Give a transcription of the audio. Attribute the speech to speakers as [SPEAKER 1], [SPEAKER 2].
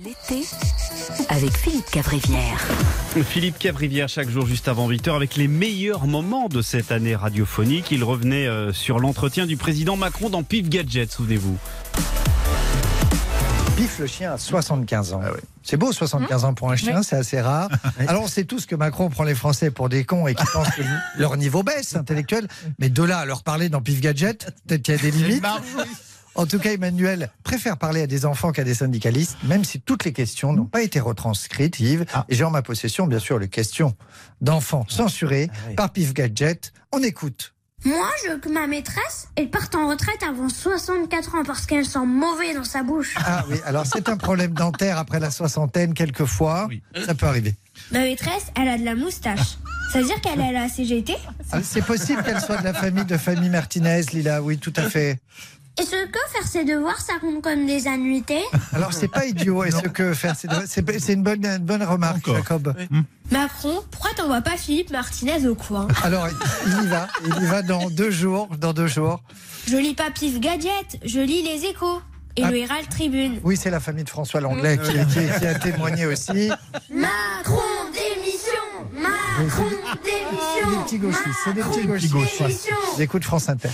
[SPEAKER 1] l'été avec Philippe Cavrivière.
[SPEAKER 2] Philippe Cavrivière, chaque jour juste avant 8h, avec les meilleurs moments de cette année radiophonique. Il revenait euh, sur l'entretien du président Macron dans Pif Gadget, souvenez-vous.
[SPEAKER 3] Pif le chien à 75 ans. C'est beau 75 ans pour un chien, c'est assez rare. Alors on sait tous que Macron prend les Français pour des cons et qu'ils pensent que leur niveau baisse intellectuel, mais de là à leur parler dans Pif Gadget, peut-être qu'il y a des limites. En tout cas, Emmanuel préfère parler à des enfants qu'à des syndicalistes, même si toutes les questions n'ont pas été retranscrites, Yves. Et j'ai en ma possession, bien sûr, les questions d'enfants censurées par Pif Gadget. On écoute.
[SPEAKER 4] Moi, je veux que ma maîtresse, elle parte en retraite avant 64 ans parce qu'elle sent mauvais dans sa bouche.
[SPEAKER 3] Ah oui, alors c'est un problème dentaire après la soixantaine, quelquefois. Ça peut arriver.
[SPEAKER 4] Ma maîtresse, elle a de la moustache. Ça veut dire qu'elle est à la CGT
[SPEAKER 3] Ah, C'est possible qu'elle soit de la famille de famille Martinez, Lila, oui, tout à fait.
[SPEAKER 4] Est-ce que faire ses devoirs, ça compte comme des annuités
[SPEAKER 3] Alors, c'est pas idiot, et ce que faire C'est c'est- c'est une bonne, une bonne remarque, Jacob.
[SPEAKER 4] Macron, pourquoi t'envoies pas Philippe Martinez au coin
[SPEAKER 3] Alors, il y va, il y va dans deux jours, dans deux jours.
[SPEAKER 4] Je lis pas Pif Gadget, je lis Les Échos et
[SPEAKER 3] Ah.
[SPEAKER 4] le Herald Tribune.
[SPEAKER 3] Oui, c'est la famille de François Langlais qui, qui- qui a témoigné aussi.
[SPEAKER 4] Macron, démission Macron,
[SPEAKER 3] Des petits gauchistes, c'est des petits gauchistes. Ils écoutent France Inter.